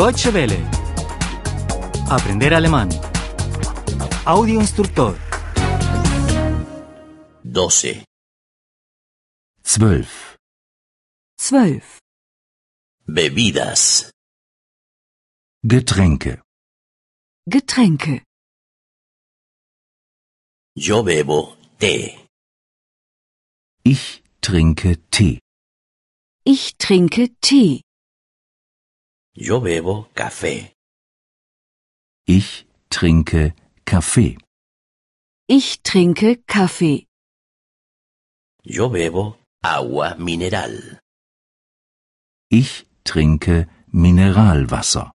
Deutsche Welle. Aprender alemán. Audio instructor. 12. 12. 12. Bebidas. Getränke. Getränke. Yo bebo té. Ich trinke Tee. Ich trinke Tee. Yo bebo café. Ich trinke Kaffee. Ich trinke Kaffee. Yo bebo agua mineral. Ich trinke Mineralwasser.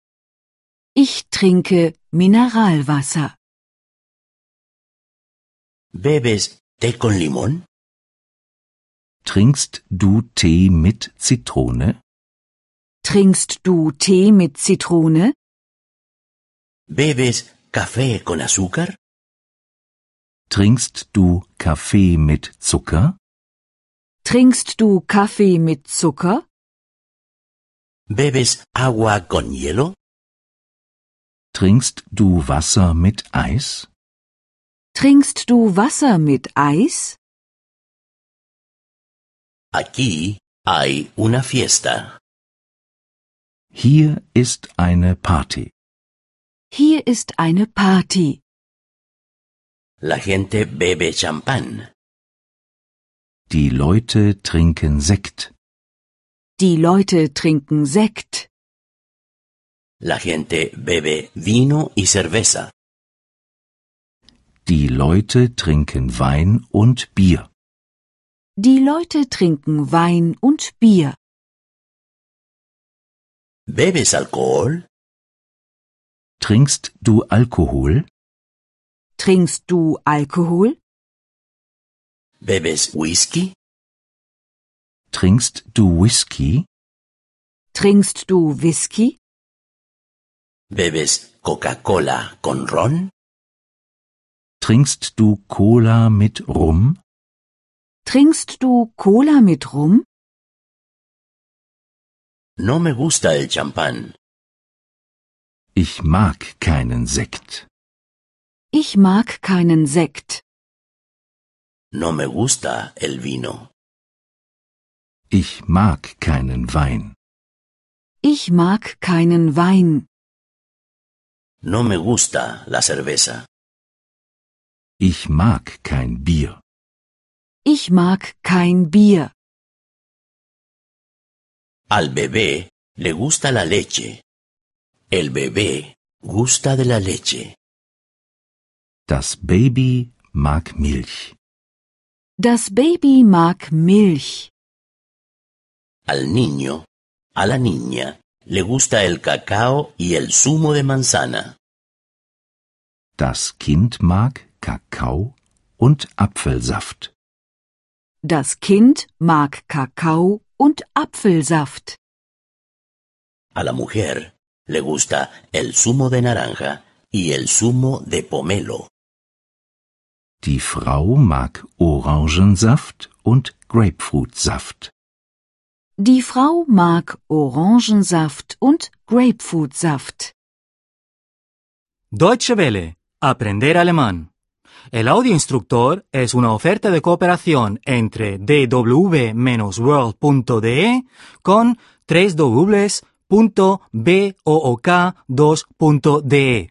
Ich trinke Mineralwasser. ¿Bebes té con limón? Trinkst du Tee mit Zitrone? Trinkst du Tee mit Zitrone? ¿Bebes café con azúcar? Trinkst du Kaffee mit Zucker? Trinkst du Kaffee mit Zucker? ¿Bebes agua con hielo? Trinkst du Wasser mit Eis? Trinkst du Wasser mit Eis? Aquí hay una fiesta. Hier ist eine Party. Hier ist eine Party. La gente bebe champán. Die Leute trinken Sekt. Die Leute trinken Sekt. La gente bebe vino y cerveza. Die Leute trinken Wein und Bier. Die Leute trinken Wein und Bier. ¿Bebes alcohol? Trinkst du Alkohol? Trinkst du Alkohol? ¿Bebes whisky? Trinkst du Whisky? Trinkst du Whisky? ¿Bebes Coca-Cola con ron? Trinkst du Cola mit Rum? Trinkst du Cola mit Rum? No me gusta el champán. Ich mag keinen Sekt. Ich mag keinen Sekt. No me gusta el vino. Ich mag keinen Wein. Ich mag keinen Wein. No me gusta la cerveza. Ich mag kein Bier. Ich mag kein Bier. Al bebé le gusta la leche. El bebé gusta de la leche. Das Baby mag Milch. Das Baby mag Milch. Al niño, a la niña, le gusta el cacao y el zumo de manzana. Das Kind mag Kakao und Apfelsaft. Das Kind mag Kakao und Apfelsaft. A la mujer le gusta el zumo de naranja y el zumo de pomelo. Die Frau mag Orangensaft und Grapefruitsaft. Die Frau mag Orangensaft und Grapefruitsaft. Deutsche Welle. Aprender alemán. El audio instructor es una oferta de cooperación entre dw-world.de con 3 2de